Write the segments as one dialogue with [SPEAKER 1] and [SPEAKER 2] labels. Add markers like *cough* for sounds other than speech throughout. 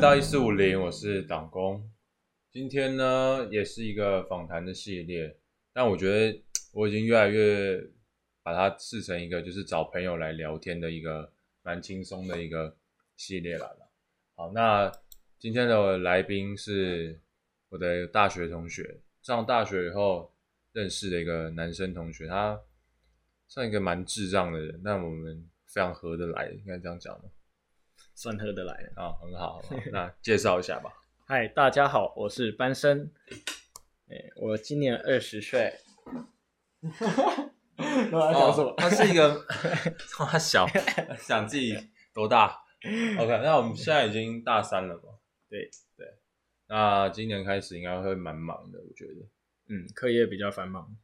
[SPEAKER 1] 到一四五零，我是党工。今天呢，也是一个访谈的系列，但我觉得我已经越来越把它视成一个就是找朋友来聊天的一个蛮轻松的一个系列来了。好，那今天的来宾是我的大学同学，上大学以后认识的一个男生同学，他算一个蛮智障的人，但我们非常合得来，应该这样讲吗？
[SPEAKER 2] 算合得来了。
[SPEAKER 1] 啊、很好，很好那介绍一下吧。
[SPEAKER 2] 嗨，大家好，我是班生，哎、我今年二十 *laughs* 岁。我想什么？
[SPEAKER 1] 哦他是一个， *laughs* 他小，想自己多大？OK，那
[SPEAKER 2] *laughs*
[SPEAKER 1] 我们现在已经大三了嘛？
[SPEAKER 2] 对
[SPEAKER 1] 对，那今年开始应该会蛮忙的，我觉得。
[SPEAKER 2] 嗯，课业比较繁忙。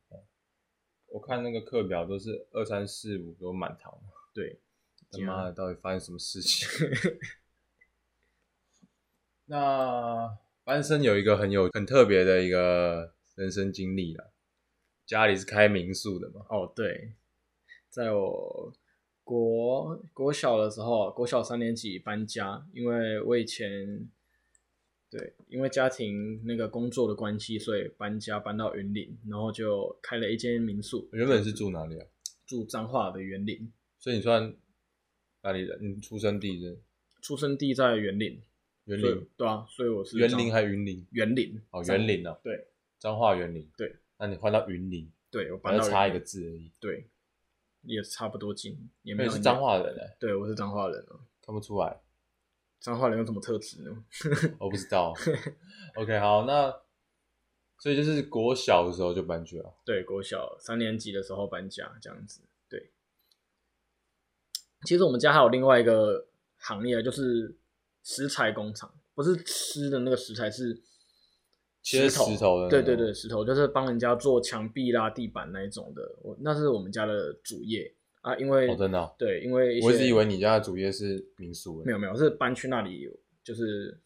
[SPEAKER 1] 我看那个课表都是二三四五都满堂，
[SPEAKER 2] 对，啊
[SPEAKER 1] 他妈的到底发生什么事情？ *laughs* 那班生有一个很有很特别的一个人生经历了，家里是开民宿的嘛？
[SPEAKER 2] 哦对，在我国国小的时候，啊国小三年级搬家，因为我以前对，因为家庭那个工作的关系，所以搬家搬到云林，然后就开了一间民宿，
[SPEAKER 1] 原本是住哪里啊？
[SPEAKER 2] 住彰化的园林，
[SPEAKER 1] 所以你算哪里人？你出生地是
[SPEAKER 2] 出生地在园林，
[SPEAKER 1] 园
[SPEAKER 2] 所以
[SPEAKER 1] 林？
[SPEAKER 2] 对啊，所以我是
[SPEAKER 1] 园
[SPEAKER 2] 彰
[SPEAKER 1] 林还云林？
[SPEAKER 2] 园林
[SPEAKER 1] 哦，
[SPEAKER 2] 彰
[SPEAKER 1] 园林哦，
[SPEAKER 2] 对，
[SPEAKER 1] 彰化园林。
[SPEAKER 2] 对，
[SPEAKER 1] 那你换到云林，
[SPEAKER 2] 对我
[SPEAKER 1] 反
[SPEAKER 2] 搬到
[SPEAKER 1] 正差一
[SPEAKER 2] 云
[SPEAKER 1] 个
[SPEAKER 2] 林
[SPEAKER 1] 字而已。
[SPEAKER 2] 对，也差不多近，也
[SPEAKER 1] 因
[SPEAKER 2] 没
[SPEAKER 1] 为
[SPEAKER 2] 有
[SPEAKER 1] 你是
[SPEAKER 2] 很
[SPEAKER 1] 彰
[SPEAKER 2] 远，
[SPEAKER 1] 化人哎、
[SPEAKER 2] 对我是彰化人哦，
[SPEAKER 1] 看不出来，
[SPEAKER 2] 彰化人有什么特质呢？ *laughs*
[SPEAKER 1] 我不知道。OK，好，那所以就是国小的时候就搬去了。
[SPEAKER 2] 对，国小三年级的时候搬家这样子。对，其实我们家还有另外一个行业，就是食材工厂，不是吃的那个食材，是
[SPEAKER 1] 切
[SPEAKER 2] 头。
[SPEAKER 1] 石头的那
[SPEAKER 2] 对对
[SPEAKER 1] 种
[SPEAKER 2] 对，石头就是帮人家做墙壁啦、地板那一种的。我那是我们家的主业啊，因为、
[SPEAKER 1] 哦，真的哦、
[SPEAKER 2] 对，因为
[SPEAKER 1] 我一
[SPEAKER 2] 些
[SPEAKER 1] 直以为你家的主业是民宿、欸，
[SPEAKER 2] 没有没有，是搬去那里，就是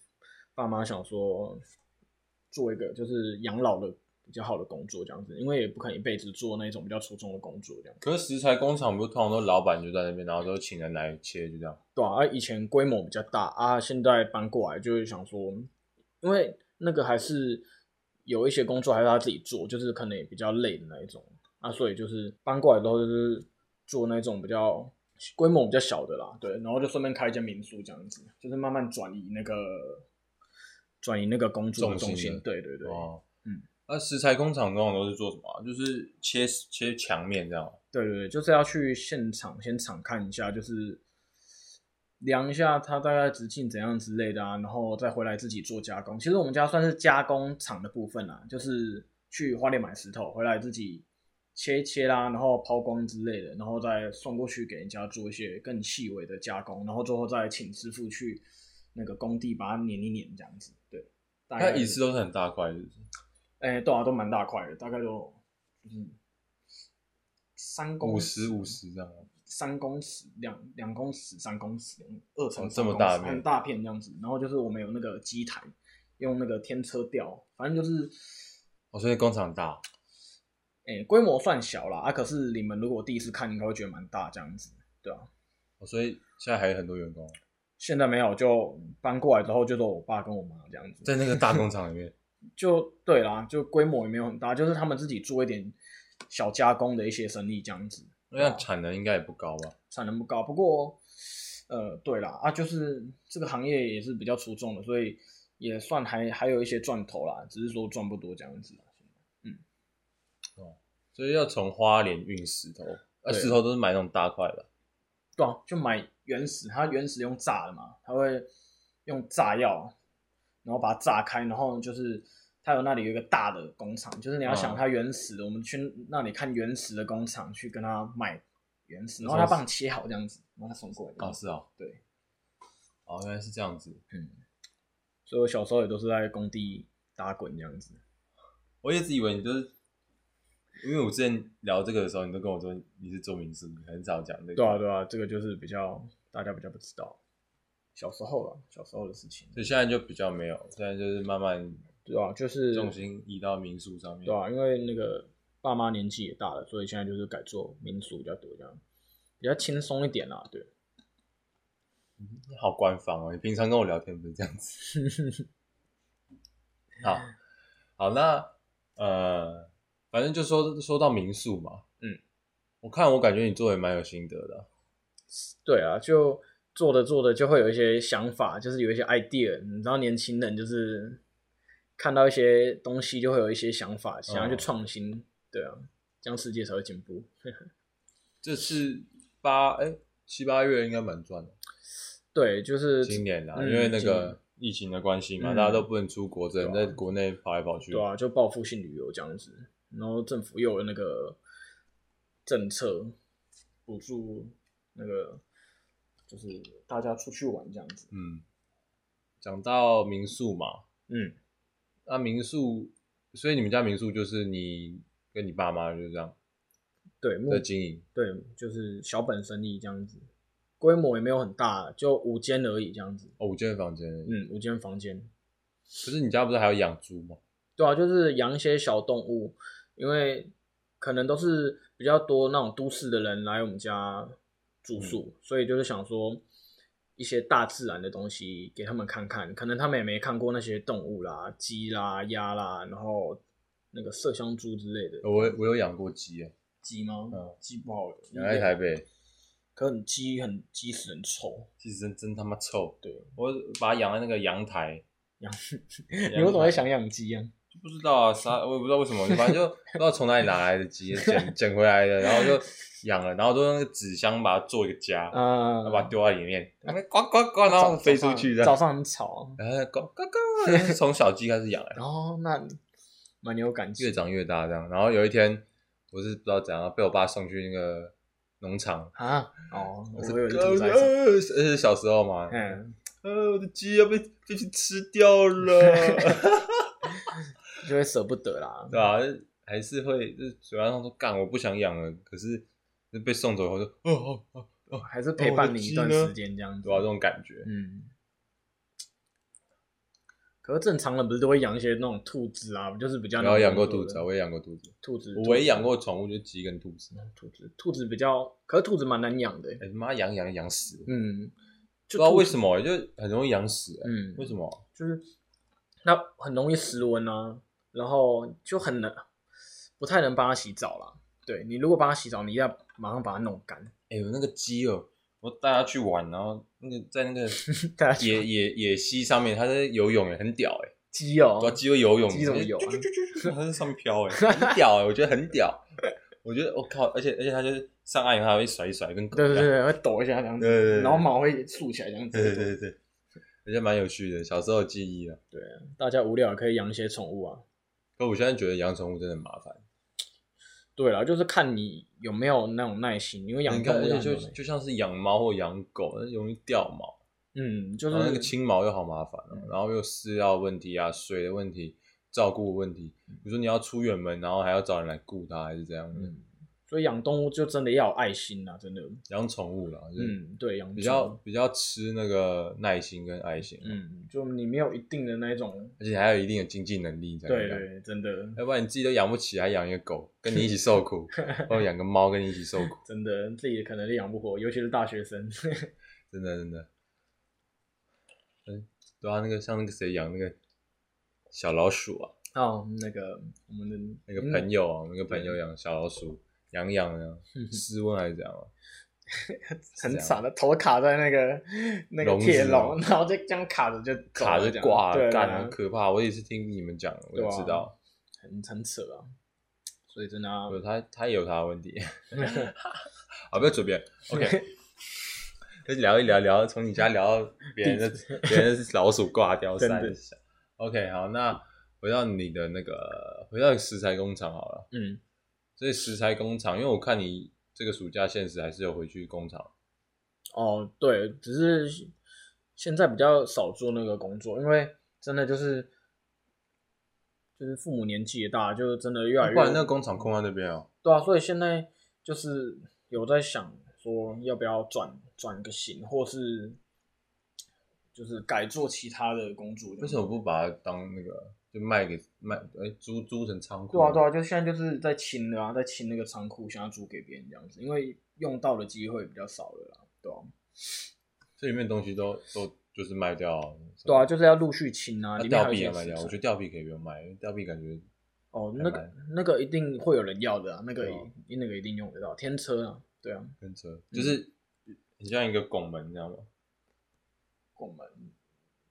[SPEAKER 2] 爸妈想说做一个就是养老的比较好的工作这样子，因为也不可能一辈子做那种比较粗重的工作这样。
[SPEAKER 1] 可是食材工厂不是通常都老板就在那边，然后都请人来切，就这样。
[SPEAKER 2] 对啊，啊以前规模比较大啊，现在搬过来就是想说，因为那个还是有一些工作还是他自己做，就是可能也比较累的那一种啊，所以就是搬过来之后就是做那种比较规模比较小的啦，对，然后就顺便开一间民宿这样子，就是慢慢转移那个转移那个工作的
[SPEAKER 1] 重
[SPEAKER 2] 重
[SPEAKER 1] 心
[SPEAKER 2] 心，对对对，
[SPEAKER 1] 哦，
[SPEAKER 2] 嗯，
[SPEAKER 1] 那、食材工厂通常都是做什么啊、就是切切墙面这样啊吗。
[SPEAKER 2] 对对对，就是要去现场现场看一下，就是量一下它大概直径怎样之类的啊，然后再回来自己做加工。其实我们家算是加工厂的部分啦，就是去花店买石头，回来自己切一切啦，然后抛光之类的，然后再送过去给人家做一些更细微的加工，然后最后再请师傅去那个工地把它碾一碾这样子。对，大
[SPEAKER 1] 它
[SPEAKER 2] 概
[SPEAKER 1] 椅子都是很大块，是不是？
[SPEAKER 2] 哎、对啊，都蛮大块的，大概都就是三公
[SPEAKER 1] 五
[SPEAKER 2] 尺
[SPEAKER 1] 十五十这样。啊
[SPEAKER 2] 三公尺、两两公尺、三公尺、两二乘
[SPEAKER 1] 哦
[SPEAKER 2] 三
[SPEAKER 1] 这么
[SPEAKER 2] 公
[SPEAKER 1] 大
[SPEAKER 2] 尺
[SPEAKER 1] 片
[SPEAKER 2] 很大片这样子。然后就是我们有那个机台，用那个天车吊，反正就是，
[SPEAKER 1] 哦，所以工厂大。
[SPEAKER 2] 哎、规模算小啦啊。可是你们如果第一次看，应该会觉得蛮大这样子，对啊。
[SPEAKER 1] 哦所以现在还有很多员工
[SPEAKER 2] 现在没有，就搬过来之后，就是我爸跟我妈这样子，
[SPEAKER 1] 在那个大工厂里
[SPEAKER 2] *laughs*
[SPEAKER 1] 面。
[SPEAKER 2] 就对啦，就规模也没有很大，就是他们自己做一点小加工的一些生意这样子。
[SPEAKER 1] 那产能应该也不高吧？
[SPEAKER 2] 产能不高。不过，呃，对啦，啊，就是这个行业也是比较出众的，所以也算还还有一些赚头啦，只是说赚不多这样子啦。
[SPEAKER 1] 所以要从花莲运石头，啊，
[SPEAKER 2] 对
[SPEAKER 1] 石头都是买那种大块的。
[SPEAKER 2] 对啊，就买原石，它原石用炸的嘛，它会用炸药，然后把它炸开，然后就是它有那里有一个大的工厂，就是你要想
[SPEAKER 1] 嗯
[SPEAKER 2] 它原石，我们去那里看原石的工厂去跟他买原石，然后他帮你切好这样子，然后他送过来。
[SPEAKER 1] 哦哦，是哦，
[SPEAKER 2] 嗯对。
[SPEAKER 1] 哦，原来是这样子。
[SPEAKER 2] 所以我小时候也都是在工地打滚这样子。
[SPEAKER 1] 我一直以为你就是，因为我之前聊这个的时候，你都跟我说你是做民宿，你很少讲这个。
[SPEAKER 2] 对啊，对啊，这个就是比较大家比较不知道，小时候了，小时候的事情。
[SPEAKER 1] 所以现在就比较没有，现在就是慢慢
[SPEAKER 2] 对啊，就是
[SPEAKER 1] 重心移到民宿上面。
[SPEAKER 2] 对啊，因为那个爸妈年纪也大了，所以现在就是改做民俗比较多，这样比较轻松一点啦。对，
[SPEAKER 1] 你好官方哦，你平常跟我聊天不是这样子。
[SPEAKER 2] *laughs*
[SPEAKER 1] 好，好，那呃，反正就说说到民宿嘛，
[SPEAKER 2] 嗯，
[SPEAKER 1] 我看我感觉你做的也蛮有心得的啊，
[SPEAKER 2] 对啊，就做着做着就会有一些想法，就是有一些 idea，然后年轻人就是看到一些东西就会有一些想法，想要去嗯创新，对啊，这样世界才会进步。
[SPEAKER 1] 这次八哎七八月应该蛮赚的，
[SPEAKER 2] 对，就是
[SPEAKER 1] 今年啦，
[SPEAKER 2] 嗯
[SPEAKER 1] 因为那
[SPEAKER 2] 今年
[SPEAKER 1] 个疫情的关系嘛，
[SPEAKER 2] 嗯
[SPEAKER 1] 大家都不能出国，只能
[SPEAKER 2] 对啊
[SPEAKER 1] 在国内跑来跑去，
[SPEAKER 2] 对啊，就报复性旅游这样子，然后政府又有那个政策补助那个，就是大家出去玩这样子。
[SPEAKER 1] 嗯，讲到民宿嘛，
[SPEAKER 2] 嗯，
[SPEAKER 1] 那民宿，所以你们家民宿就是你跟你爸妈就这样
[SPEAKER 2] 对，目
[SPEAKER 1] 在经营，
[SPEAKER 2] 对，就是小本生意这样子，规模也没有很大，就五间而已这样子。
[SPEAKER 1] 哦，五间房间而已，
[SPEAKER 2] 嗯，五间房间。
[SPEAKER 1] 可是你家不是还有养猪吗？
[SPEAKER 2] 对啊，就是养一些小动物，因为可能都是比较多那种都市的人来我们家住
[SPEAKER 1] 嗯
[SPEAKER 2] 宿，所以就是想说一些大自然的东西给他们看看，可能他们也没看过那些动物啦，鸡啦、鸭啦，然后那个麝香猪之类的。
[SPEAKER 1] 呃我我有养过鸡耶，
[SPEAKER 2] 鸡吗？
[SPEAKER 1] 嗯
[SPEAKER 2] 鸡 *laughs* 不好
[SPEAKER 1] 养在台，北，
[SPEAKER 2] 可很鸡很鸡屎很臭。
[SPEAKER 1] 其实真真他妈臭，
[SPEAKER 2] 对，
[SPEAKER 1] 我把它养在那个阳台，
[SPEAKER 2] 养 *laughs*
[SPEAKER 1] 养
[SPEAKER 2] 你为什么会想养鸡啊？
[SPEAKER 1] 就不知道啊，啥我也不知道为什么，反正就 *laughs* 不知道从哪里拿来的 *laughs* 鸡，捡捡回来的，然后就养了，然后都用那个纸箱把它做一个家，然
[SPEAKER 2] 啊
[SPEAKER 1] 后把它丢在里面，它们呱呱呱，然后飞出去这
[SPEAKER 2] 早
[SPEAKER 1] 样，
[SPEAKER 2] 上很吵啊。
[SPEAKER 1] 然后呱呱呱，从小鸡开始养，哎 *laughs*
[SPEAKER 2] 然后那蛮有感
[SPEAKER 1] 越
[SPEAKER 2] 情
[SPEAKER 1] 长越大这样。然后有一天，我是不知道怎样被我爸送去那个农场。
[SPEAKER 2] 啊。哦，
[SPEAKER 1] 我
[SPEAKER 2] 我
[SPEAKER 1] 是
[SPEAKER 2] 有
[SPEAKER 1] 呃
[SPEAKER 2] 一种在场
[SPEAKER 1] 呃，而且小时候嘛，
[SPEAKER 2] 嗯，
[SPEAKER 1] 呃，我的鸡要被被吃掉
[SPEAKER 2] *laughs*
[SPEAKER 1] 了，
[SPEAKER 2] 就会舍不得啦。
[SPEAKER 1] 对吧、还是会就是嘴巴上说干，我不想养了，可是就被送走以后就哦哦哦，
[SPEAKER 2] 还是陪伴你一段时间这样子
[SPEAKER 1] 对。吧、啊这种感觉，
[SPEAKER 2] 嗯。可是正常人不是都会养一些那种兔子啊，就是比较
[SPEAKER 1] 然
[SPEAKER 2] 那种
[SPEAKER 1] 后养过兔子啊，我也养过兔子，
[SPEAKER 2] 兔子，
[SPEAKER 1] 我唯一养过宠物就是鸡跟兔子，
[SPEAKER 2] 兔子，兔子比较，可是兔子蛮难养的欸。
[SPEAKER 1] 哎、妈养养养死了，不
[SPEAKER 2] 嗯，
[SPEAKER 1] 知
[SPEAKER 2] 就
[SPEAKER 1] 道
[SPEAKER 2] 兔
[SPEAKER 1] 为
[SPEAKER 2] 子
[SPEAKER 1] 什么、欸就很容易养死、哎
[SPEAKER 2] 嗯，
[SPEAKER 1] 为什么？
[SPEAKER 2] 就是那很容易失温啊，然后就很难，不太能帮它洗澡啦。对你如果帮它洗澡，你一定要马上把它弄干。 *laughs*
[SPEAKER 1] 哎、有那个鸡哦，我带它去玩，然后那个在那
[SPEAKER 2] *laughs*
[SPEAKER 1] 个
[SPEAKER 2] 大家喜
[SPEAKER 1] 野
[SPEAKER 2] 欢
[SPEAKER 1] 野野溪上面，它在游泳哎，很屌哎，
[SPEAKER 2] 鸡哦
[SPEAKER 1] 对啊，鸡会游泳，
[SPEAKER 2] 鸡怎么游啊
[SPEAKER 1] 啾啾啾啾啾它在上面飘哎，很屌哎，我觉得很屌，我觉得我靠，而且而且它就是上岸以后还会甩一甩，跟狗
[SPEAKER 2] 对
[SPEAKER 1] 一
[SPEAKER 2] 对
[SPEAKER 1] 样，
[SPEAKER 2] 对，会抖一下这样子，
[SPEAKER 1] 对对对对
[SPEAKER 2] 然后毛会竖起来这样子。
[SPEAKER 1] 对对对对，我觉得蛮有趣的，小时候的记忆啊。
[SPEAKER 2] 大家无聊也可以养一些宠物啊。
[SPEAKER 1] 可我现在觉得养宠物真的很麻烦，
[SPEAKER 2] 对啦，就是看你有没有那种耐心，因为养
[SPEAKER 1] 你
[SPEAKER 2] 动
[SPEAKER 1] 看，
[SPEAKER 2] 物
[SPEAKER 1] 而且
[SPEAKER 2] 养
[SPEAKER 1] 就
[SPEAKER 2] 久了
[SPEAKER 1] 就像是养猫或养狗，那容易掉毛，
[SPEAKER 2] 嗯，就
[SPEAKER 1] 然后那个
[SPEAKER 2] 是
[SPEAKER 1] 清毛又好麻烦哦、
[SPEAKER 2] 嗯
[SPEAKER 1] 然后又饲料问题啊、水的问题、照顾的问题。比如说你要出远门，然后还要找人来顾它，还是怎样的？
[SPEAKER 2] 嗯，所以养动物就真的要有爱心啦，真的。
[SPEAKER 1] 养宠物啦，就是
[SPEAKER 2] 嗯，对，养
[SPEAKER 1] 嗯比较、
[SPEAKER 2] 宠物
[SPEAKER 1] 比较吃那个耐心跟爱心，，啊
[SPEAKER 2] 嗯，就你没有一定的那种，
[SPEAKER 1] 而且你还有一定的经济能力才能
[SPEAKER 2] 对
[SPEAKER 1] 养。哎
[SPEAKER 2] 对，真的
[SPEAKER 1] 要不然你自己都养不起，还养一个狗跟你一起受
[SPEAKER 2] *laughs*
[SPEAKER 1] 苦，或者养个猫跟你一起受苦，
[SPEAKER 2] 真的自己可能是养不活，尤其是大学生。 *laughs*
[SPEAKER 1] 真的真的。嗯，对啊，那个像那个谁养那个小老鼠啊，
[SPEAKER 2] 哦，那个我们的
[SPEAKER 1] 那个
[SPEAKER 2] 嗯
[SPEAKER 1] 朋友啊，那个朋友养小老鼠，养养的，失温还是怎样啊？
[SPEAKER 2] 很惨的，头卡在
[SPEAKER 1] *laughs*
[SPEAKER 2] 那个那个
[SPEAKER 1] 笼子
[SPEAKER 2] 铁
[SPEAKER 1] 哦
[SPEAKER 2] 笼，然后就这样卡着就走
[SPEAKER 1] 卡
[SPEAKER 2] 了
[SPEAKER 1] 着
[SPEAKER 2] 这样
[SPEAKER 1] 挂
[SPEAKER 2] 对
[SPEAKER 1] 了，
[SPEAKER 2] 啊
[SPEAKER 1] 干很可怕。我也是听你们讲，我
[SPEAKER 2] 对
[SPEAKER 1] 就
[SPEAKER 2] 啊
[SPEAKER 1] 知道，
[SPEAKER 2] 很很扯啊。所以真的 *laughs* 啊，
[SPEAKER 1] 有他他也有他的问
[SPEAKER 2] *laughs*
[SPEAKER 1] 题。 *laughs* 啊，不要嘴边，OK。就聊一聊聊，从你家聊到别人的 *laughs* 别人的老鼠挂掉，
[SPEAKER 2] 真
[SPEAKER 1] 三
[SPEAKER 2] 的
[SPEAKER 1] 下。OK，好，那回到你的那个，回到食材工厂好了。
[SPEAKER 2] 嗯，
[SPEAKER 1] 所以食材工厂，因为我看你这个暑假现实还是有回去工厂，
[SPEAKER 2] *laughs* 哦，对，只是现在比较少做那个工作，因为真的就是就是父母年纪也大，就真的越来
[SPEAKER 1] 不
[SPEAKER 2] 越
[SPEAKER 1] 然那个工厂空在那边哦。
[SPEAKER 2] 对啊，所以现在就是有在想说要不要转转个型，或是就是改做其他的工作。
[SPEAKER 1] 为什么？不把它当那个就卖给卖？哎、租租成仓库？
[SPEAKER 2] 对啊，对啊，就现在就是在清了啊，在清那个仓
[SPEAKER 1] 啊
[SPEAKER 2] 库，想要租给别人这样子，因为用到的机会比较少了啦，对啊。
[SPEAKER 1] 这里面东西都都就是卖掉啊。
[SPEAKER 2] 对啊，就是要陆续清
[SPEAKER 1] 那
[SPEAKER 2] 啊，里面
[SPEAKER 1] 吊
[SPEAKER 2] 还
[SPEAKER 1] 臂
[SPEAKER 2] 有
[SPEAKER 1] 也
[SPEAKER 2] 一些
[SPEAKER 1] 卖掉，
[SPEAKER 2] 食
[SPEAKER 1] 我觉
[SPEAKER 2] 材
[SPEAKER 1] 得吊臂可以不用卖，因为吊臂感觉
[SPEAKER 2] 哦，
[SPEAKER 1] 还
[SPEAKER 2] 那个
[SPEAKER 1] 蛮
[SPEAKER 2] 那个一定会有人要的啊，那个
[SPEAKER 1] 对啊
[SPEAKER 2] 一那个一定用得到，天车啊，对啊，
[SPEAKER 1] 跟车就是很像一个拱门，你知道吗？
[SPEAKER 2] 拱门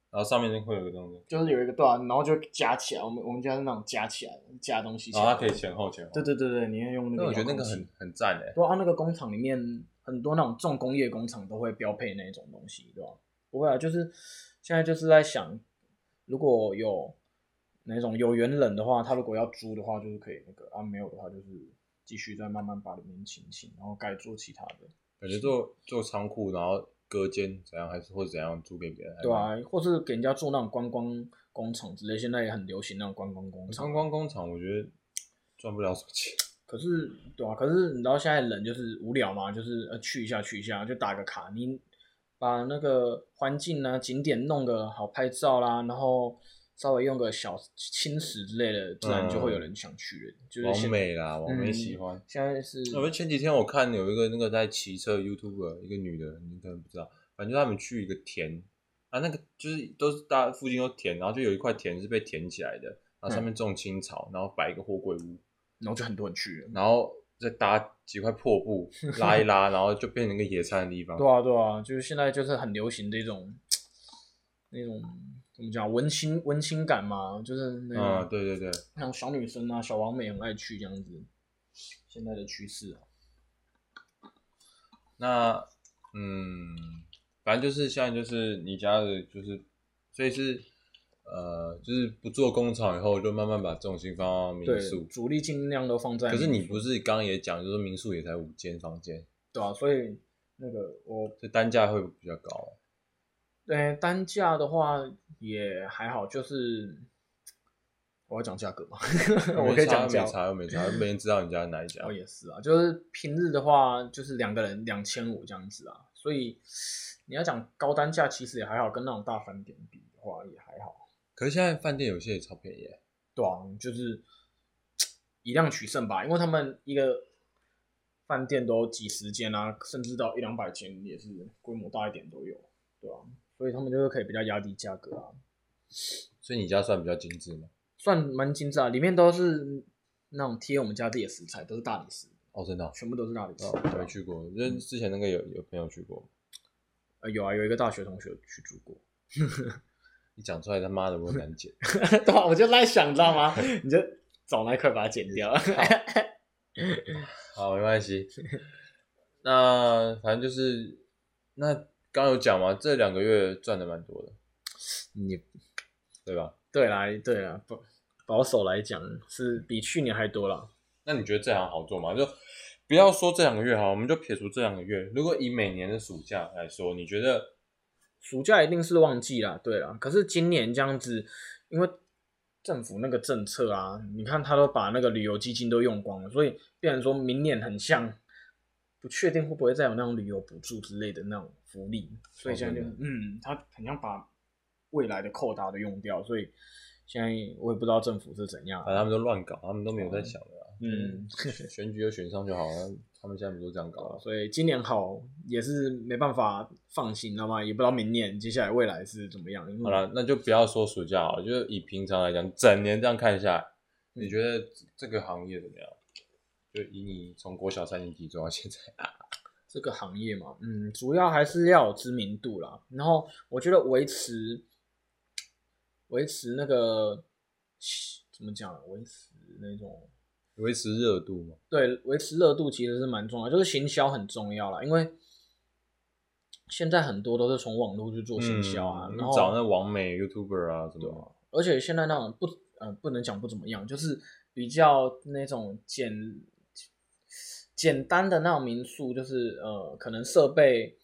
[SPEAKER 1] 然后上面会有一个东西，
[SPEAKER 2] 就是有一个对啊，然后就夹起来，我们我们家是那种夹起来的夹东西起
[SPEAKER 1] 然
[SPEAKER 2] 来，
[SPEAKER 1] 后哦它可以前后前后。
[SPEAKER 2] 对对对对，你要用那
[SPEAKER 1] 但
[SPEAKER 2] 个，
[SPEAKER 1] 我觉得那个很，很赞欸诶、
[SPEAKER 2] 对啊，那个工厂里面很多那种重工业工厂都会标配那种东西，对吧、不会啊，就是现在就是在想，如果有那种有缘人的话，他如果要租的话，就是可以那个啊，没有的话就是继续再慢慢把里面清清，然后改做其他的。
[SPEAKER 1] 感觉做做仓库，然后隔间怎样，还是或者怎样租给别人？
[SPEAKER 2] 对，啊，或是给人家做那种观光工厂之类，现在也很流行那种观光工厂。
[SPEAKER 1] 观光工厂我觉得赚不了什么钱。
[SPEAKER 2] 可是，对啊，可是你知道现在人就是无聊嘛，就是呃去一下去一下就打个卡，你把那个环境啊景点弄个好拍照啦，然后稍微用个小青石之类的，自然就会有嗯人想去了。就是
[SPEAKER 1] 王
[SPEAKER 2] 现
[SPEAKER 1] 嗯美啦，王美喜欢。
[SPEAKER 2] 现在是
[SPEAKER 1] 呃我们前几天我看有一个那个在骑车 YouTube 一个女的，你可能不知道，反正他们去一个田啊，那个就是都是大附近都田，然后就有一块田是被填起来的，然后上
[SPEAKER 2] 嗯
[SPEAKER 1] 面种青草，然后摆一个货柜屋，
[SPEAKER 2] 然后就很多人去了。
[SPEAKER 1] 然后再搭几块破
[SPEAKER 2] *laughs*
[SPEAKER 1] 布拉一拉，然后就变成一个野餐的地方。
[SPEAKER 2] 对啊，对啊，就是现在就是很流行这种那种怎么讲文青文青感嘛，就是那种、
[SPEAKER 1] 嗯，对对对，
[SPEAKER 2] 像小女生啊、小王美很爱去这样子，现在的趋势啊。
[SPEAKER 1] 那嗯，反正就是现在就是你家的，就是所以是呃，就是不做工厂以后，就慢慢把重心放到民
[SPEAKER 2] 对，
[SPEAKER 1] 宿。
[SPEAKER 2] 主力尽量都放在民
[SPEAKER 1] 可
[SPEAKER 2] 宿。
[SPEAKER 1] 是你不是刚刚也讲，就是民宿也才五间房间，
[SPEAKER 2] 对啊，所以那个我
[SPEAKER 1] 这单价会不会比较高？
[SPEAKER 2] 呃单价的话也还好，就是我要讲价 *laughs* 格嘛， *laughs* 我可以讲
[SPEAKER 1] 没差没。
[SPEAKER 2] 价
[SPEAKER 1] 差又没差，又没人知道你家哪一家
[SPEAKER 2] 哦，。也是啊，就是平日的话，就是两个人两千五这样子啊，所以你要讲高单价其实也还好，跟那种大饭店比的话也还好。
[SPEAKER 1] 可是现在饭店有些也超便宜耶，
[SPEAKER 2] 对啊，就是以量取胜吧，因为他们一个饭店都几十间啊，甚至到一两百间也是规模大一点都有，对啊，所以他们就是可以比较压低价格啊，
[SPEAKER 1] 所以你家算比较精致吗？
[SPEAKER 2] 算蛮精致啊，里面都是那种贴我们家自己的食材，都是大理石，
[SPEAKER 1] 哦，真的哦，
[SPEAKER 2] 全部都是大理石。
[SPEAKER 1] 哦没去过，就是之前那个有有朋友去过，
[SPEAKER 2] 呃，有啊，有一个大学同学去住过。
[SPEAKER 1] 你讲出来他妈的我很难解。
[SPEAKER 2] *laughs* 对啊，我就在想，你知道吗？你就找那一块把它剪 *laughs* 掉。
[SPEAKER 1] 好，没关系。那反正就是，那刚有讲嘛，这两个月赚的蛮多的，
[SPEAKER 2] 你
[SPEAKER 1] 对吧？
[SPEAKER 2] 对啦，对啦，保保守来讲是比去年还多了。
[SPEAKER 1] 那你觉得这行好做吗？就不要说这两个月哈，我们就撇除这两个月。如果以每年的暑假来说，你觉得
[SPEAKER 2] 暑假一定是旺季啦，对啦。可是今年这样子，因为政府那个政策啊，你看他都把那个旅游基金都用光了，所以变成说明年很像，不确定会不会再有那种旅游补助之类的那种福利，所以现在就
[SPEAKER 1] 哦真
[SPEAKER 2] 嗯，他很像把未来的扣打都用掉，所以现在我也不知道政府是怎样啊
[SPEAKER 1] 反，正他们都乱搞，他们都没有在想的啦。
[SPEAKER 2] 嗯， *laughs*
[SPEAKER 1] 选举就选上就好了，他们现在不都这样搞了？
[SPEAKER 2] 所以今年好也是没办法放心，知道吗？也不知道明年接下来未来是怎么样。因为
[SPEAKER 1] 好了，那就不要说暑假好了，就是以平常来讲，整年这样看下来，
[SPEAKER 2] 嗯
[SPEAKER 1] 你觉得这个行业怎么样？就以你从国小三年级做到现在，
[SPEAKER 2] 这个行业嘛，嗯，主要还是要有知名度啦。然后我觉得维持维持那个怎么讲，维持那种
[SPEAKER 1] 维持热度吗？
[SPEAKER 2] 对维持热度其实是蛮重要，就是行销很重要啦，因为现在很多都是从网络去做行销啊，
[SPEAKER 1] 嗯
[SPEAKER 2] 然
[SPEAKER 1] 你找
[SPEAKER 2] 后
[SPEAKER 1] 那网美 YouTuber 啊什么，
[SPEAKER 2] 而且现在那种不呃不能讲不怎么样，就是比较那种简简单的那种民宿，就是呃可能设备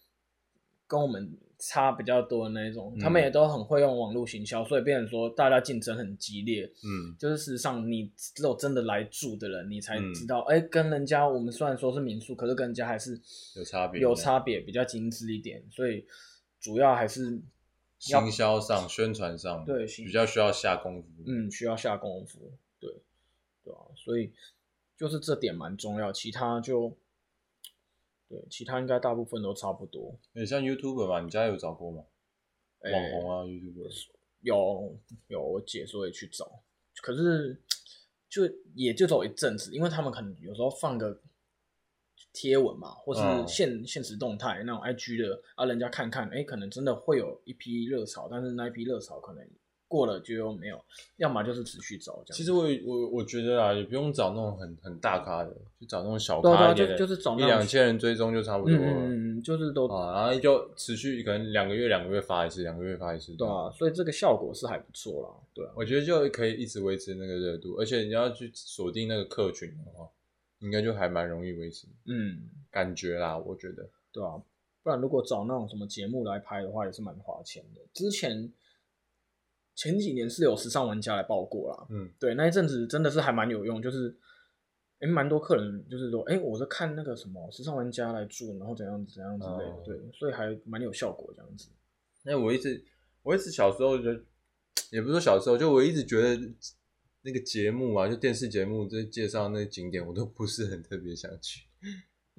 [SPEAKER 2] 跟我们差比较多的那一种，
[SPEAKER 1] 嗯
[SPEAKER 2] 他们也都很会用网络行销，所以变成说大家竞争很激烈。
[SPEAKER 1] 嗯，
[SPEAKER 2] 就是事实上，你只有真的来住的人，你才
[SPEAKER 1] 嗯
[SPEAKER 2] 知道，哎、跟人家我们虽然说是民宿，可是跟人家还是
[SPEAKER 1] 有差别
[SPEAKER 2] 有差别，比较精致一点，所以主要还是要
[SPEAKER 1] 行销上、宣传上，
[SPEAKER 2] 对行
[SPEAKER 1] 比较需要下功夫。，
[SPEAKER 2] 嗯，需要下功夫，对，对啊，所以就是这点蛮重要，其他就对，其他应该大部分都差不多。
[SPEAKER 1] 你像 YouTuber 嘛，你家有找过吗？
[SPEAKER 2] 哎
[SPEAKER 1] 网红啊，YouTuber，
[SPEAKER 2] 有有，我姐说也去找，可是就也就走一阵子，因为他们可能有时候放个贴文嘛，或是
[SPEAKER 1] 嗯
[SPEAKER 2] 现、现实动态那种 IG 的啊，人家看看，哎、可能真的会有一批热潮，但是那一批热潮可能过了就又没有，要么就是持续找这样。
[SPEAKER 1] 其实我我我觉得啊，也不用找那种很很大咖的，就找那种小
[SPEAKER 2] 对啊对
[SPEAKER 1] 咖
[SPEAKER 2] 啊
[SPEAKER 1] 一点的，
[SPEAKER 2] 就就是找那
[SPEAKER 1] 一
[SPEAKER 2] 种
[SPEAKER 1] 两千人追踪就差不多了。
[SPEAKER 2] 嗯嗯嗯，就是都、
[SPEAKER 1] 啊，然后就持续可能两个月、两个月发一次，两个月发一次。
[SPEAKER 2] 对啊，所以这个效果是还不错啦，对啊。
[SPEAKER 1] 我觉得就可以一直维持那个热度，而且你要去锁定那个客群的话，应该就还蛮容易维持。
[SPEAKER 2] 嗯，
[SPEAKER 1] 感觉啦，我觉得
[SPEAKER 2] 对啊，不然如果找那种什么节目来拍的话，也是蛮花钱的。之前前几年是有时尚玩家来报过啦，
[SPEAKER 1] 嗯，
[SPEAKER 2] 对，那一阵子真的是还蛮有用，就是诶，蛮多客人就是说，诶，我在看那个什么时尚玩家来住，然后怎样怎样之类的，
[SPEAKER 1] 哦
[SPEAKER 2] 对，所以还蛮有效果这样子。
[SPEAKER 1] 那我一直我一直小时候就，也不是说小时候，就我一直觉得那个节目啊，就电视节目这介绍那个景点，我都不是很特别想去。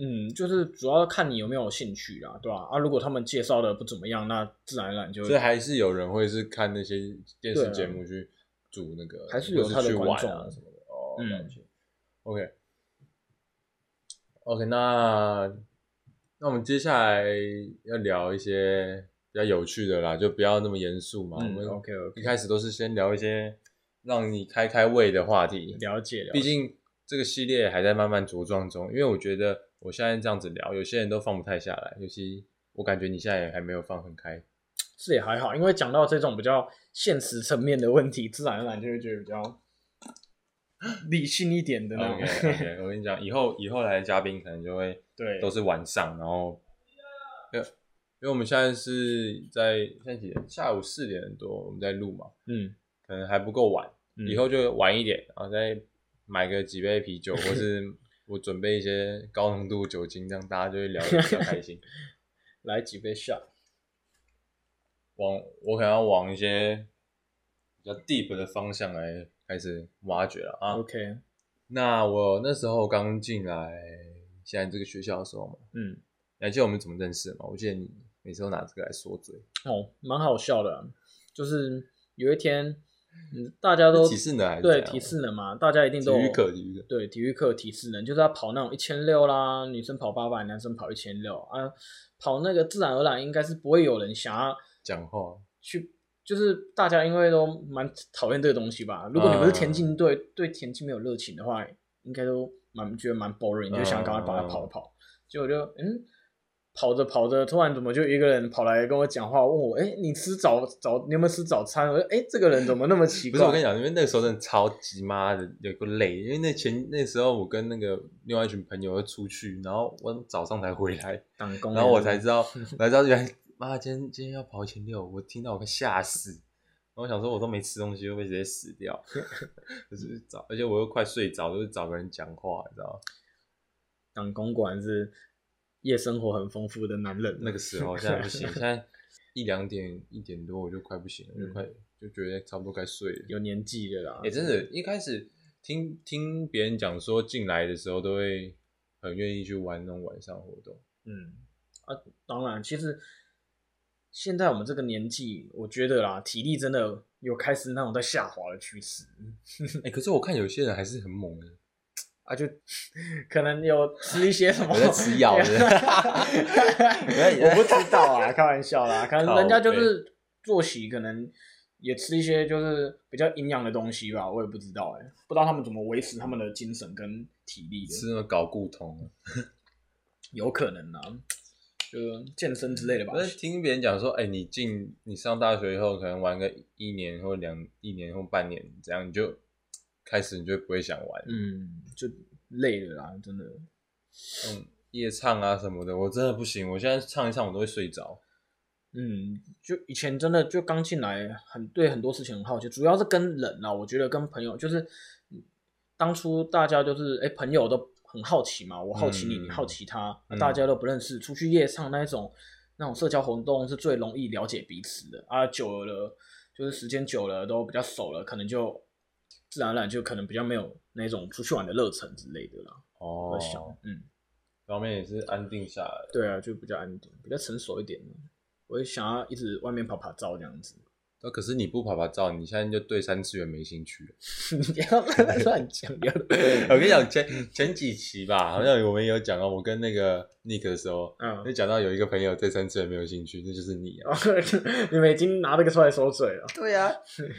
[SPEAKER 2] 嗯，就是主要看你有没有兴趣啦，对吧、啊？如果他们介绍的不怎么样，那自然而然就
[SPEAKER 1] 所以还是有人会是看那些电视节目去组那个，
[SPEAKER 2] 啊还是有他
[SPEAKER 1] 或
[SPEAKER 2] 的
[SPEAKER 1] 去玩
[SPEAKER 2] 观众
[SPEAKER 1] 啊什么的。哦，
[SPEAKER 2] 嗯
[SPEAKER 1] 了解。OK，OK，、OK，那那我们接下来要聊一些比较有趣的啦，就不要那么严肃嘛。
[SPEAKER 2] 嗯
[SPEAKER 1] 我们
[SPEAKER 2] ，OK OK，
[SPEAKER 1] 一开始都是先聊一些让你开开胃的话题，
[SPEAKER 2] 了解了解，
[SPEAKER 1] 毕竟这个系列还在慢慢茁壮中。因为我觉得我现在这样子聊，有些人都放不太下来，尤其我感觉你现在也还没有放很开。
[SPEAKER 2] 是也还好，因为讲到这种比较现实层面的问题，自然而然就会觉得比较理性一点的那种。
[SPEAKER 1] OK OK，我跟你讲，以后以后来的嘉宾可能就会
[SPEAKER 2] 对，
[SPEAKER 1] 都是晚上，然后，因为因为我们现在是在现在几点？下午四点多我们在录嘛，
[SPEAKER 2] 嗯，
[SPEAKER 1] 可能还不够晚，
[SPEAKER 2] 嗯
[SPEAKER 1] 以后就晚一点，然后再买个几杯啤酒，或是我准备一些高浓度酒精，这样大家就会聊得比较开心。
[SPEAKER 2] 来几杯 shot。
[SPEAKER 1] 往我可能要往一些比较 deep 的方向来开始挖掘了啊。
[SPEAKER 2] OK，
[SPEAKER 1] 那我那时候刚进来现在这个学校的时候嘛。
[SPEAKER 2] 嗯，
[SPEAKER 1] 你还记得我们怎么认识的吗？我记得你每次都拿这个来说嘴，
[SPEAKER 2] 哦，蛮好笑的啊，就是有一天，嗯，大家都
[SPEAKER 1] 是体适能还是
[SPEAKER 2] 对
[SPEAKER 1] 怎样
[SPEAKER 2] 体适能嘛，大家一定
[SPEAKER 1] 体
[SPEAKER 2] 都有
[SPEAKER 1] 育课，体育课。
[SPEAKER 2] 对体育课体适能，就是要跑那种一千六啦，女生跑八百，男生跑一千六啊，跑那个自然而然应该是不会有人想要
[SPEAKER 1] 讲话，
[SPEAKER 2] 去，就是大家因为都蛮讨厌这个东西吧。如果你不是田径队，
[SPEAKER 1] 嗯
[SPEAKER 2] 对田径没有热情的话，应该都蛮觉得蛮
[SPEAKER 1] 嗯
[SPEAKER 2] boring，就想赶快把它跑一跑。结果就嗯，跑着跑着，突然怎么就一个人跑来跟我讲话，问我，哎、你吃早早你有没有吃早餐？我说，哎、这个人怎么那么奇
[SPEAKER 1] 不
[SPEAKER 2] 怪？
[SPEAKER 1] 是我跟你讲，因为那个时候真的超级妈的有个累，因为那前那时候我跟那个另外一群朋友要出去，然后我早上才回来，
[SPEAKER 2] 党工，
[SPEAKER 1] 然后我才知道，我才知道原来妈今天今天要跑一千六，我听到我快吓死，然后我想说我都没吃东西，会不会直接死掉？ *laughs* 就是找，而且我又快睡着，就是找个人讲话，你知道吗？
[SPEAKER 2] 党工果然是夜生活很丰富的男人。
[SPEAKER 1] 那个时候，现在不行，现在一两点一点多我就快不行了，就
[SPEAKER 2] 嗯
[SPEAKER 1] 快就觉得差不多该睡了。
[SPEAKER 2] *laughs* 有年纪的啦，
[SPEAKER 1] 哎、真的，一开始听听别人讲说进来的时候都会很愿意去玩那种晚上活动，
[SPEAKER 2] 嗯啊，当然，其实现在我们这个年纪，我觉得啦，体力真的有开始那种在下滑的趋势
[SPEAKER 1] 哎、可是我看有些人还是很猛的，
[SPEAKER 2] 啊，就 *laughs* 可能有吃一些什么，
[SPEAKER 1] 我在吃药是不是
[SPEAKER 2] *laughs* 我不知道啊，开玩笑啦，可能人家就
[SPEAKER 1] 靠
[SPEAKER 2] 是作息可能。也吃一些就是比较营养的东西吧，我也不知道哎、不知道他们怎么维持他们的精神跟体力的，
[SPEAKER 1] 吃那种搞固酮啊
[SPEAKER 2] 有可能啊，就是健身之类的
[SPEAKER 1] 啊。
[SPEAKER 2] 吧。
[SPEAKER 1] 我是听别人讲说，哎、你进你上大学以后，可能玩个一年或两一年或半年，这样你就开始你就不会想玩，
[SPEAKER 2] 嗯，就累了啦，真的。
[SPEAKER 1] 嗯，夜唱啊什么的，我真的不行，我现在唱一唱我都会睡着。
[SPEAKER 2] 嗯，就以前真的就刚进来很，对很多事情很好奇，主要是跟人啦。我觉得跟朋友就是，嗯当初大家就是哎、诶朋友都很好奇嘛，我好奇你，
[SPEAKER 1] 嗯
[SPEAKER 2] 你好奇他，啊
[SPEAKER 1] 嗯
[SPEAKER 2] 大家都不认识，出去夜唱那一种那种社交活动是最容易了解彼此的啊。久了就是时间久了都比较熟了，可能就自然而然就可能比较没有那种出去玩的热忱之类的啦。
[SPEAKER 1] 哦
[SPEAKER 2] 我在想，嗯，
[SPEAKER 1] 方面也是安定下来。
[SPEAKER 2] 对啊，就比较安定，比较成熟一点。我也想要一直外面跑跑照这样子， *laughs*
[SPEAKER 1] 那可是你不拍拍照，你现在就对三次元没兴趣了。
[SPEAKER 2] 你不要乱讲，不要 *laughs*
[SPEAKER 1] 我跟你讲，前前几期吧，好像我们有讲到，我跟那个 Nick 的时候，
[SPEAKER 2] 嗯
[SPEAKER 1] 就，讲到有一个朋友对三次元没有兴趣，那就是你啊。
[SPEAKER 2] 哦 *laughs* 你们已经拿这个出来收嘴了。
[SPEAKER 1] 对啊，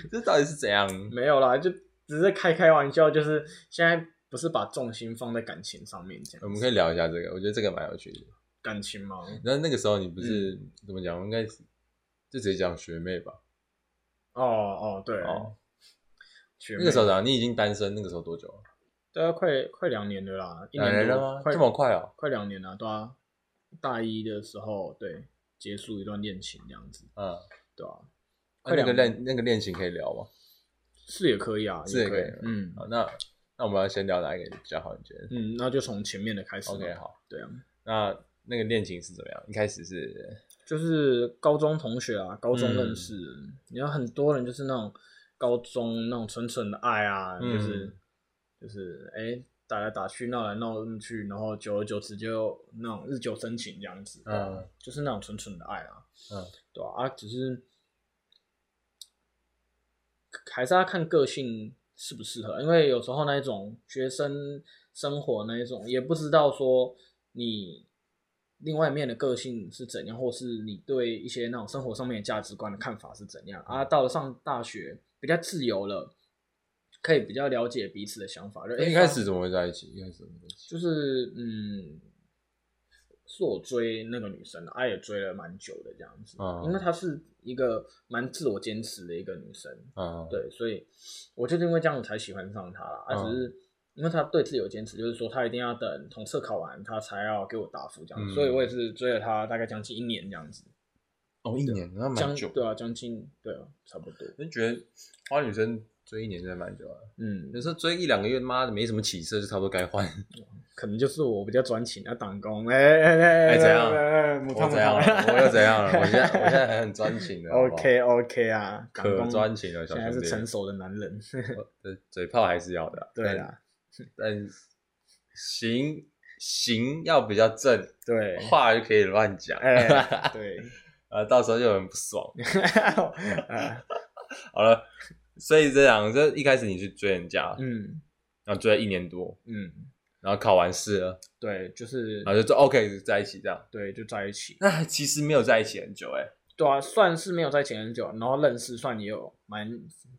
[SPEAKER 1] 这到底是怎样？
[SPEAKER 2] *laughs* 没有啦，就只是开开玩笑，就是现在不是把重心放在感情上面这样子。
[SPEAKER 1] 我们可以聊一下这个，我觉得这个蛮有趣的。
[SPEAKER 2] 感情吗？
[SPEAKER 1] 那那个时候你不是、
[SPEAKER 2] 嗯
[SPEAKER 1] 怎么讲？我应该是就直接讲学妹吧。
[SPEAKER 2] 哦哦，对，
[SPEAKER 1] 哦，
[SPEAKER 2] 学妹
[SPEAKER 1] 那个时候怎啊样？你已经单身，那个时候多久了？
[SPEAKER 2] 对啊，快快两年了啦，一
[SPEAKER 1] 两
[SPEAKER 2] 年
[SPEAKER 1] 年
[SPEAKER 2] 多
[SPEAKER 1] 了吗？
[SPEAKER 2] 快
[SPEAKER 1] 这么快哦、
[SPEAKER 2] 快两年了，对啊，大一的时候对结束一段恋情这样子，
[SPEAKER 1] 嗯，
[SPEAKER 2] 对啊，
[SPEAKER 1] 那那
[SPEAKER 2] 快两
[SPEAKER 1] 个
[SPEAKER 2] 年
[SPEAKER 1] 恋那个恋情可以聊吗？
[SPEAKER 2] 是也可以啊，
[SPEAKER 1] 是也
[SPEAKER 2] 也
[SPEAKER 1] 可
[SPEAKER 2] 可
[SPEAKER 1] 以哦
[SPEAKER 2] 嗯
[SPEAKER 1] 好，那那我们要先聊哪一个比较好？你觉得？
[SPEAKER 2] 嗯，那就从前面的开始吧。
[SPEAKER 1] OK，好，
[SPEAKER 2] 对啊，
[SPEAKER 1] 那那个恋情是怎么样？一开始是
[SPEAKER 2] 就是高中同学啊，高中
[SPEAKER 1] 嗯
[SPEAKER 2] 认识，你看很多人就是那种高中那种纯纯的爱啊，
[SPEAKER 1] 嗯
[SPEAKER 2] 就是就是哎、打来打去，闹来闹去，然后久而久之就那种日久生情这样子，对啊
[SPEAKER 1] 嗯
[SPEAKER 2] 就是那种纯纯的爱啊，
[SPEAKER 1] 嗯，
[SPEAKER 2] 对啊，啊只是还是要看个性适不适合，因为有时候那一种学生生活那一种，也不知道说你另外一面的个性是怎样，或是你对一些那种生活上面的价值观的看法是怎样
[SPEAKER 1] 嗯
[SPEAKER 2] 啊。到了上大学比较自由了，可以比较了解彼此的想法。就
[SPEAKER 1] 一开始怎么会在一起？一开始怎么会在一起？
[SPEAKER 2] 就是嗯，是我追那个女生的，她也追了蛮久的这样子，
[SPEAKER 1] 嗯
[SPEAKER 2] 因为她是一个蛮自我坚持的一个女生，
[SPEAKER 1] 嗯，，
[SPEAKER 2] 对，所以我就是因为这样我才喜欢上她啦，啊，
[SPEAKER 1] 嗯
[SPEAKER 2] 只是。因为她对自己有坚持，就是说她一定要等统测考完，她才要给我答复这样
[SPEAKER 1] 嗯
[SPEAKER 2] 子，所以我也是追了她大概将近一年这样子，
[SPEAKER 1] 哦，一年，那蛮
[SPEAKER 2] 将
[SPEAKER 1] 久。
[SPEAKER 2] 对，啊，将近对啊，差不多，
[SPEAKER 1] 我就觉得花女生追一年真的蛮久的，
[SPEAKER 2] 嗯
[SPEAKER 1] 有，时候追一两个月，妈的没什么起色，就差不多该换。
[SPEAKER 2] 可能就是我比较专情，要党工，哎哎哎
[SPEAKER 1] 哎怎样
[SPEAKER 2] 哎哎母
[SPEAKER 1] 我
[SPEAKER 2] 汤母
[SPEAKER 1] 怎样啊
[SPEAKER 2] 汤 *laughs*
[SPEAKER 1] 了？我又怎样了？我现在我现在还很专情的。好不好
[SPEAKER 2] OK OK 啊，党
[SPEAKER 1] 可
[SPEAKER 2] 工
[SPEAKER 1] 专情了，小
[SPEAKER 2] 现在
[SPEAKER 1] 兄
[SPEAKER 2] 是
[SPEAKER 1] 弟。
[SPEAKER 2] 成熟的男
[SPEAKER 1] *laughs*
[SPEAKER 2] 人，
[SPEAKER 1] 我的嘴炮还是要的啊。
[SPEAKER 2] 对啦，
[SPEAKER 1] 但，但行行要比较正，
[SPEAKER 2] 对，
[SPEAKER 1] 话就可以乱讲。 *laughs*
[SPEAKER 2] 哎，对， *laughs*
[SPEAKER 1] 啊，到时候就有人不爽。
[SPEAKER 2] 啊
[SPEAKER 1] 好了，所以这样，就一开始你去追人家，
[SPEAKER 2] 嗯
[SPEAKER 1] 然后追了一年多，
[SPEAKER 2] 嗯，
[SPEAKER 1] 然后考完试了，
[SPEAKER 2] 对，就是
[SPEAKER 1] 然后就说 OK 在一起这样。
[SPEAKER 2] 对，就在一起，
[SPEAKER 1] *laughs* 那其实没有在一起很久哎、
[SPEAKER 2] 对啊，算是没有在一起很久，然后认识算也有蛮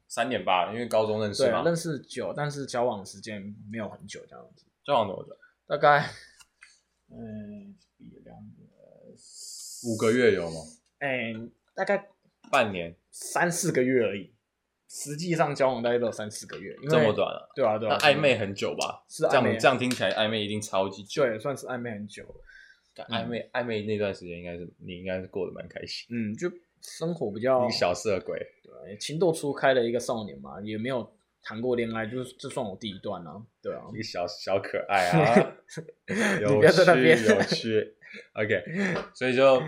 [SPEAKER 1] 三年吧，因为高中认识
[SPEAKER 2] 对
[SPEAKER 1] 嘛
[SPEAKER 2] 啊，。认识久，但是交往时间没有很久这样子，
[SPEAKER 1] 交往多久？
[SPEAKER 2] 大概嗯，一两个
[SPEAKER 1] 五个，月有吗？
[SPEAKER 2] 哎，大概
[SPEAKER 1] 半年
[SPEAKER 2] 三四个月而已。实际上交往大概都有三四个月，因为
[SPEAKER 1] 这么短啊？
[SPEAKER 2] 对啊，对
[SPEAKER 1] 那
[SPEAKER 2] 啊，
[SPEAKER 1] 暧昧很久吧？
[SPEAKER 2] 是
[SPEAKER 1] 这
[SPEAKER 2] 暧昧啊
[SPEAKER 1] 样这样听起来暧昧一定超级久。
[SPEAKER 2] 对，算是暧昧很久了。
[SPEAKER 1] 干
[SPEAKER 2] 嗯
[SPEAKER 1] 暧昧暧昧那段时间应该是你应该是过得蛮开心，
[SPEAKER 2] 嗯，就生活比较
[SPEAKER 1] 你小色鬼。
[SPEAKER 2] 对情窦初开的一个少年嘛，也没有谈过恋爱，就是这算我第一段啊，对啊
[SPEAKER 1] 一，个小小可爱
[SPEAKER 2] *laughs*
[SPEAKER 1] 啊，
[SPEAKER 2] 你
[SPEAKER 1] 有
[SPEAKER 2] 不要在那边
[SPEAKER 1] 趣有趣。OK，所以就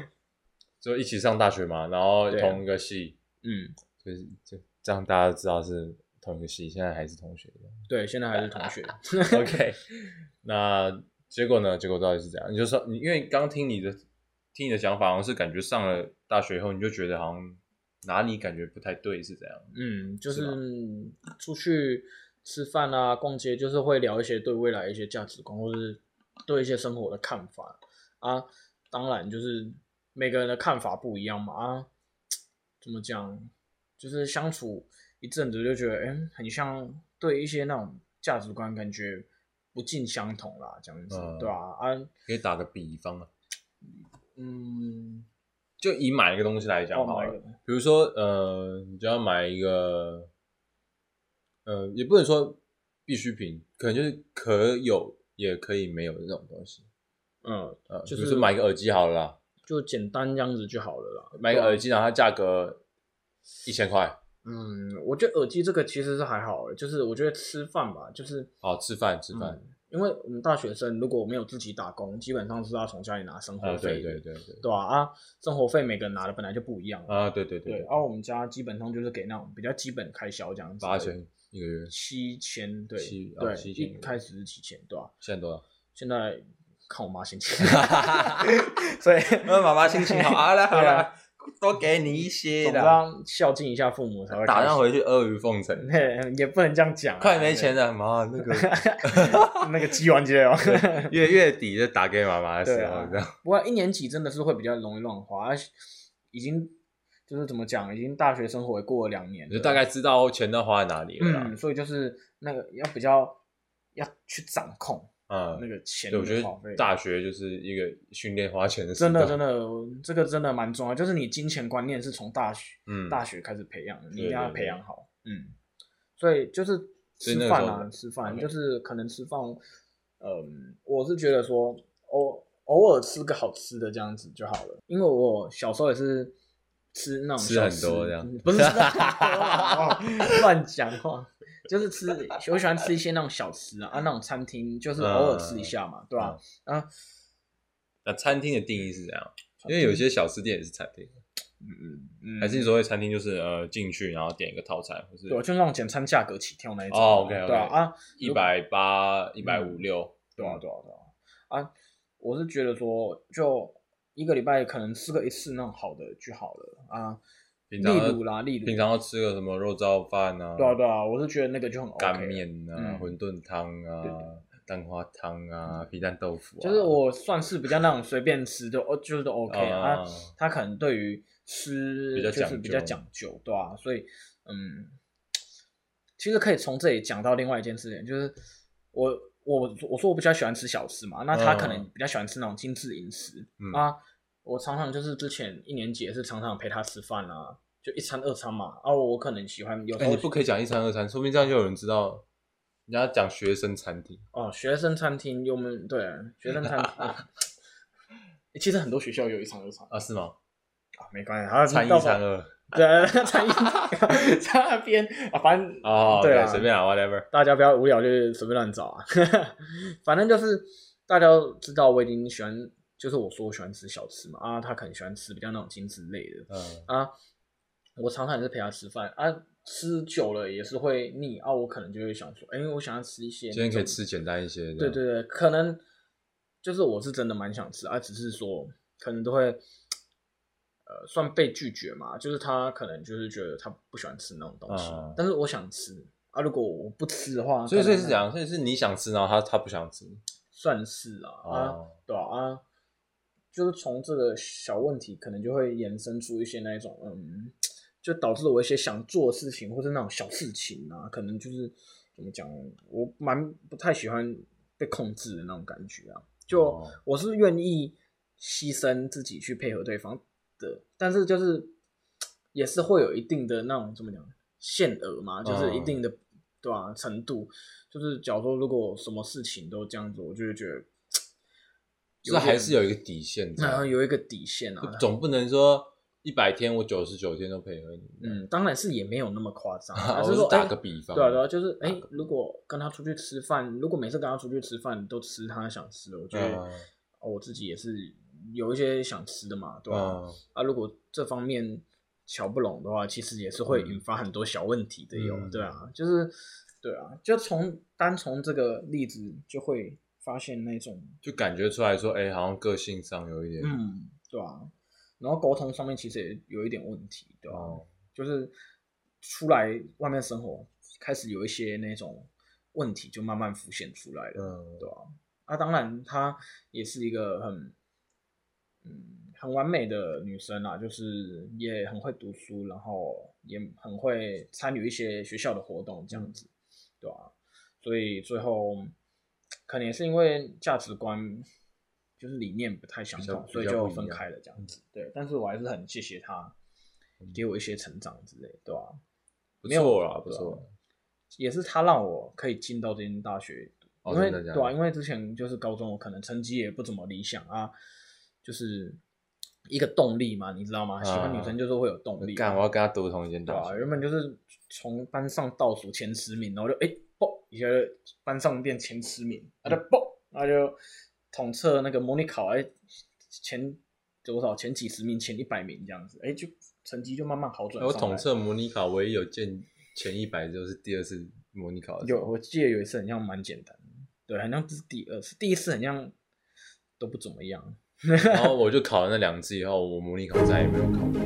[SPEAKER 1] 就一起上大学嘛，然后
[SPEAKER 2] 对啊
[SPEAKER 1] 同一个系，
[SPEAKER 2] *laughs* 嗯，
[SPEAKER 1] 就是就这样大家都知道是同一个系，现在还是同学的。
[SPEAKER 2] 对，现在还是同学， *laughs*
[SPEAKER 1] OK，那结果呢？结果到底是怎样？你就说你因为刚听你的听你的想法，好像是感觉上了大学以后，你就觉得好像哪里感觉不太对，是怎样？
[SPEAKER 2] 嗯，就是
[SPEAKER 1] 吧
[SPEAKER 2] 是出去吃饭啊、逛街，就是会聊一些对未来一些价值观，或是对一些生活的看法啊。当然，就是每个人的看法不一样嘛啊。怎么讲？就是相处一阵子就觉得，哎、很像对一些那种价值观感觉不尽相同啦，这样子，
[SPEAKER 1] 嗯
[SPEAKER 2] 对吧、啊？啊，
[SPEAKER 1] 可以打个比方啊，
[SPEAKER 2] 嗯，
[SPEAKER 1] 就以买一个东西来讲
[SPEAKER 2] 哦
[SPEAKER 1] 好了。
[SPEAKER 2] 买一个
[SPEAKER 1] 比如说，呃，你就要买一个，呃，也不能说必需品，可能就是可有也可以没有的那种东西。
[SPEAKER 2] 嗯，
[SPEAKER 1] 呃，
[SPEAKER 2] 就
[SPEAKER 1] 比如
[SPEAKER 2] 是
[SPEAKER 1] 说买个耳机好了啦，
[SPEAKER 2] 就简单这样子就好了啦。啊
[SPEAKER 1] 买个耳机，然后它价格一千块，
[SPEAKER 2] 嗯，我觉得耳机这个其实是还好欸，就是我觉得吃饭吧，就是
[SPEAKER 1] 好吃饭哦吃饭。
[SPEAKER 2] 嗯，因为我们大学生如果没有自己打工，基本上是要从家里拿生活
[SPEAKER 1] 啊，
[SPEAKER 2] 费、
[SPEAKER 1] 对对，对对，
[SPEAKER 2] 对啊啊，生活费每个人拿的本来就不一样，
[SPEAKER 1] 啊，对对
[SPEAKER 2] 对，
[SPEAKER 1] 对，
[SPEAKER 2] 而、我们家基本上就是给那种比较基本开销这样子，
[SPEAKER 1] 八千一个月，
[SPEAKER 2] 七千，对
[SPEAKER 1] 七哦
[SPEAKER 2] 对，
[SPEAKER 1] 7000
[SPEAKER 2] 一开始是七千，对吧、
[SPEAKER 1] 现在多少？
[SPEAKER 2] 现在看我妈
[SPEAKER 1] *laughs*
[SPEAKER 2] 心情，所以
[SPEAKER 3] 那妈妈心情好，啊，来好
[SPEAKER 2] 对啊
[SPEAKER 3] 了，多给你一些
[SPEAKER 2] 总是
[SPEAKER 3] 啦，
[SPEAKER 2] 要孝敬一下父母才会
[SPEAKER 1] 打
[SPEAKER 2] 开
[SPEAKER 1] 算
[SPEAKER 2] 心
[SPEAKER 1] 回去阿谀奉承，
[SPEAKER 2] *laughs* 嘿也不能这样讲啊，
[SPEAKER 3] 快没钱了，妈那个
[SPEAKER 2] *laughs* 那个鸡完结哦。
[SPEAKER 1] 月月底就打给妈妈的时候，
[SPEAKER 2] 对啊
[SPEAKER 1] 这样
[SPEAKER 2] 不过一年级真的是会比较容易乱花，而且已经就是怎么讲，已经大学生活也过了两年
[SPEAKER 1] 你
[SPEAKER 2] 了，
[SPEAKER 1] 就大概啊知道钱都花在哪里了啦
[SPEAKER 2] 嗯，。所以就是那个要比较要去掌控
[SPEAKER 1] 嗯，
[SPEAKER 2] 那个钱
[SPEAKER 1] 对，我觉
[SPEAKER 2] 的
[SPEAKER 1] 得
[SPEAKER 2] 花费。
[SPEAKER 1] 大学就是一个训练花钱的时
[SPEAKER 2] 真的
[SPEAKER 1] 代
[SPEAKER 2] 真，的，这个真的蛮重要，就是你金钱观念是从大学、
[SPEAKER 1] 嗯，
[SPEAKER 2] 大学开始培养的，你一
[SPEAKER 1] 对
[SPEAKER 2] 定要
[SPEAKER 1] 对
[SPEAKER 2] 培
[SPEAKER 1] 对
[SPEAKER 2] 养好。嗯，所以就是
[SPEAKER 1] 所以
[SPEAKER 2] 吃
[SPEAKER 1] 那个
[SPEAKER 2] 饭
[SPEAKER 1] 时候
[SPEAKER 2] 啊，吃饭
[SPEAKER 1] OK
[SPEAKER 2] 就是可能吃饭，嗯，我是觉得说偶偶尔吃个好吃的这样子就好了，因为我小时候也是。吃那种
[SPEAKER 1] 吃
[SPEAKER 2] 小
[SPEAKER 1] 很
[SPEAKER 2] 吃
[SPEAKER 1] 多这样
[SPEAKER 2] 嗯不是吃很
[SPEAKER 1] *laughs*
[SPEAKER 2] 多啊乱讲话，就是吃，我喜欢吃一些那种小吃啊，啊那种餐厅就是偶尔吃一下
[SPEAKER 1] 嗯
[SPEAKER 2] 嘛，对吧、啊？啊，
[SPEAKER 1] 那餐厅的定义是怎样？因为有些小吃店也是餐厅，
[SPEAKER 2] 嗯嗯，
[SPEAKER 1] 还是你所谓餐厅就是呃进去然后点一个套餐，或是
[SPEAKER 2] 对，就那种简餐价格起跳那一种。
[SPEAKER 1] 哦，OK，OK
[SPEAKER 2] 对啊啊，
[SPEAKER 1] 一百八、一百五六，
[SPEAKER 2] 对啊，对啊，对啊，啊，我是觉得说，就一个礼拜可能吃个一次那种好的就好了啊。
[SPEAKER 1] 平常
[SPEAKER 2] 例如啦，例如，
[SPEAKER 1] 平常要吃个什么肉燥饭啊，
[SPEAKER 2] 对啊，对啊，我是觉得那个就很 OK
[SPEAKER 1] 干
[SPEAKER 2] 了。
[SPEAKER 1] 面啊、
[SPEAKER 2] 嗯
[SPEAKER 1] 馄饨汤啊、蛋花汤啊、皮蛋豆腐啊，
[SPEAKER 2] 就是我算是比较那种随便吃都哦，就是都 OK 啊。
[SPEAKER 1] 啊
[SPEAKER 2] 啊他可能对于吃
[SPEAKER 1] 比较
[SPEAKER 2] 就
[SPEAKER 1] 讲
[SPEAKER 2] 是
[SPEAKER 1] 究
[SPEAKER 2] 比较讲究，对吧、所以嗯，其实可以从这里讲到另外一件事情，就是我我我说我比较喜欢吃小吃嘛，那他可能
[SPEAKER 1] 嗯
[SPEAKER 2] 比较喜欢吃那种精致饮食、
[SPEAKER 1] 嗯
[SPEAKER 2] 啊。我常常就是之前一年级也是常常陪他吃饭啊，就一餐二餐嘛。啊，我可能喜欢有时
[SPEAKER 1] 哎，
[SPEAKER 2] 候、
[SPEAKER 1] 你不可以讲一餐二餐，说不定这样就有人知道。人家讲学生餐厅，
[SPEAKER 2] 哦，学生餐厅，我们对学生餐厅。
[SPEAKER 1] *laughs*
[SPEAKER 2] 其实很多学校有一餐二餐
[SPEAKER 1] 啊，是吗？
[SPEAKER 2] 啊，没关系，他
[SPEAKER 1] 餐一餐二
[SPEAKER 2] *laughs* 对，餐饮 *laughs* 在那边啊，反正
[SPEAKER 1] 哦，
[SPEAKER 2] 对啊
[SPEAKER 1] 随便啊，whatever。
[SPEAKER 2] 大家不要无聊就是随便乱找啊， *laughs* 反正就是大家都知道我已经喜欢，就是我说我喜欢吃小吃嘛啊，他可能喜欢吃比较那种精致类的
[SPEAKER 1] 嗯，
[SPEAKER 2] 啊，我常常也是陪他吃饭啊，吃久了也是会腻啊，我可能就会想说，哎、我想要吃一些，
[SPEAKER 1] 今天可以，吃简单一些。这
[SPEAKER 2] 对
[SPEAKER 1] 样，
[SPEAKER 2] 对对，可能就是我是真的蛮想吃啊，只是说可能都会。呃，算被拒绝嘛，就是他可能就是觉得他不喜欢吃那种东西，
[SPEAKER 1] 嗯
[SPEAKER 2] 但是我想吃啊，如果我不吃的话，
[SPEAKER 1] 所以
[SPEAKER 2] 可
[SPEAKER 1] 所
[SPEAKER 2] 能
[SPEAKER 1] 以是怎样？所以是你想吃，然后他他不想吃。
[SPEAKER 2] 算是啊，啊
[SPEAKER 1] 哦，
[SPEAKER 2] 对啊啊，就是从这个小问题，可能就会衍生出一些那一种，嗯，就导致我一些想做的事情，或是那种小事情啊，可能就是怎么讲，我蛮不太喜欢被控制的那种感觉啊。就
[SPEAKER 1] 哦
[SPEAKER 2] 我是愿意牺牲自己去配合对方的，但是就是也是会有一定的那种怎么讲限额嘛，就是一
[SPEAKER 1] 嗯
[SPEAKER 2] 定的、对吧、程度，就是假如说如果什么事情都这样子，我就会觉得
[SPEAKER 1] 就是还是有一个底线在，
[SPEAKER 2] 那、有一个底线
[SPEAKER 1] 就
[SPEAKER 2] 啊。
[SPEAKER 1] 总不能说一百天我九十九天都配合你。，
[SPEAKER 2] 嗯，当然是也没有那么夸张而
[SPEAKER 1] *laughs* 我
[SPEAKER 2] 说
[SPEAKER 1] 是打
[SPEAKER 2] 哎
[SPEAKER 1] 个比方，
[SPEAKER 2] 对啊对啊，就是哎、
[SPEAKER 1] 打个
[SPEAKER 2] 如果跟他出去吃饭，如果每次跟他出去吃饭都吃他想吃的，我觉得、
[SPEAKER 1] 嗯
[SPEAKER 2] 哦我自己也是有一些想吃的嘛，对吧、啊？
[SPEAKER 1] 嗯
[SPEAKER 2] 如果这方面瞧不拢的话，其实也是会
[SPEAKER 1] 嗯
[SPEAKER 2] 引发很多小问题的哟，
[SPEAKER 1] 嗯
[SPEAKER 2] 对啊，就是对啊，就从单从这个例子就会发现那种
[SPEAKER 1] 就感觉出来说，哎，好像个性上有一点，
[SPEAKER 2] 嗯，对啊，然后沟通上面其实也有一点问题，对吧、啊
[SPEAKER 1] 哦，
[SPEAKER 2] 就是出来外面生活，开始有一些那种问题就慢慢浮现出来了，
[SPEAKER 1] 嗯，
[SPEAKER 2] 对吧、啊？当然，她也是一个很，嗯，很完美的女生啦，就是也很会读书，然后也很会参与一些学校的活动，
[SPEAKER 1] 嗯
[SPEAKER 2] 这样子，对吧、所以最后可能也是因为价值观就是理念不太相
[SPEAKER 1] 比较
[SPEAKER 2] 同，所以
[SPEAKER 1] 比较
[SPEAKER 2] 就
[SPEAKER 1] 不一
[SPEAKER 2] 分
[SPEAKER 1] 样嗯
[SPEAKER 2] 开了这样子。对，但是我还是很谢谢她给我一些成长之类，对吧、啊
[SPEAKER 1] 不
[SPEAKER 2] 没有
[SPEAKER 1] 错啦，不
[SPEAKER 2] 对啊
[SPEAKER 1] 错啦。
[SPEAKER 2] 也是他让我可以进到这间大学，
[SPEAKER 1] 哦
[SPEAKER 2] 因为
[SPEAKER 1] 真的假的
[SPEAKER 2] 对啊，因为之前就是高中，我可能成绩也不怎么理想啊，就是一个动力嘛，你知道吗？
[SPEAKER 1] 啊
[SPEAKER 2] 喜欢女生就是会有动力，啊
[SPEAKER 1] 干，我要跟他读同一间
[SPEAKER 2] 对
[SPEAKER 1] 大
[SPEAKER 2] 啊，
[SPEAKER 1] 学，
[SPEAKER 2] 原本就是从班上倒数前十名，然后就哎嘣一下就班上变前十名，
[SPEAKER 1] 嗯
[SPEAKER 2] 啊就嘣，然后就统测那个模拟考，哎前多少前几十名，前一百名这样子，哎就成绩就慢慢好转上来。
[SPEAKER 1] 我统测模拟考唯一有见前一百就是第二次模拟考的时候，
[SPEAKER 2] 有，我记得有一次很像蛮简单的，对，好像不是第二次，第一次很像都不怎么样。
[SPEAKER 1] 然后我就考了那两次以后，我模拟考再也没有考过。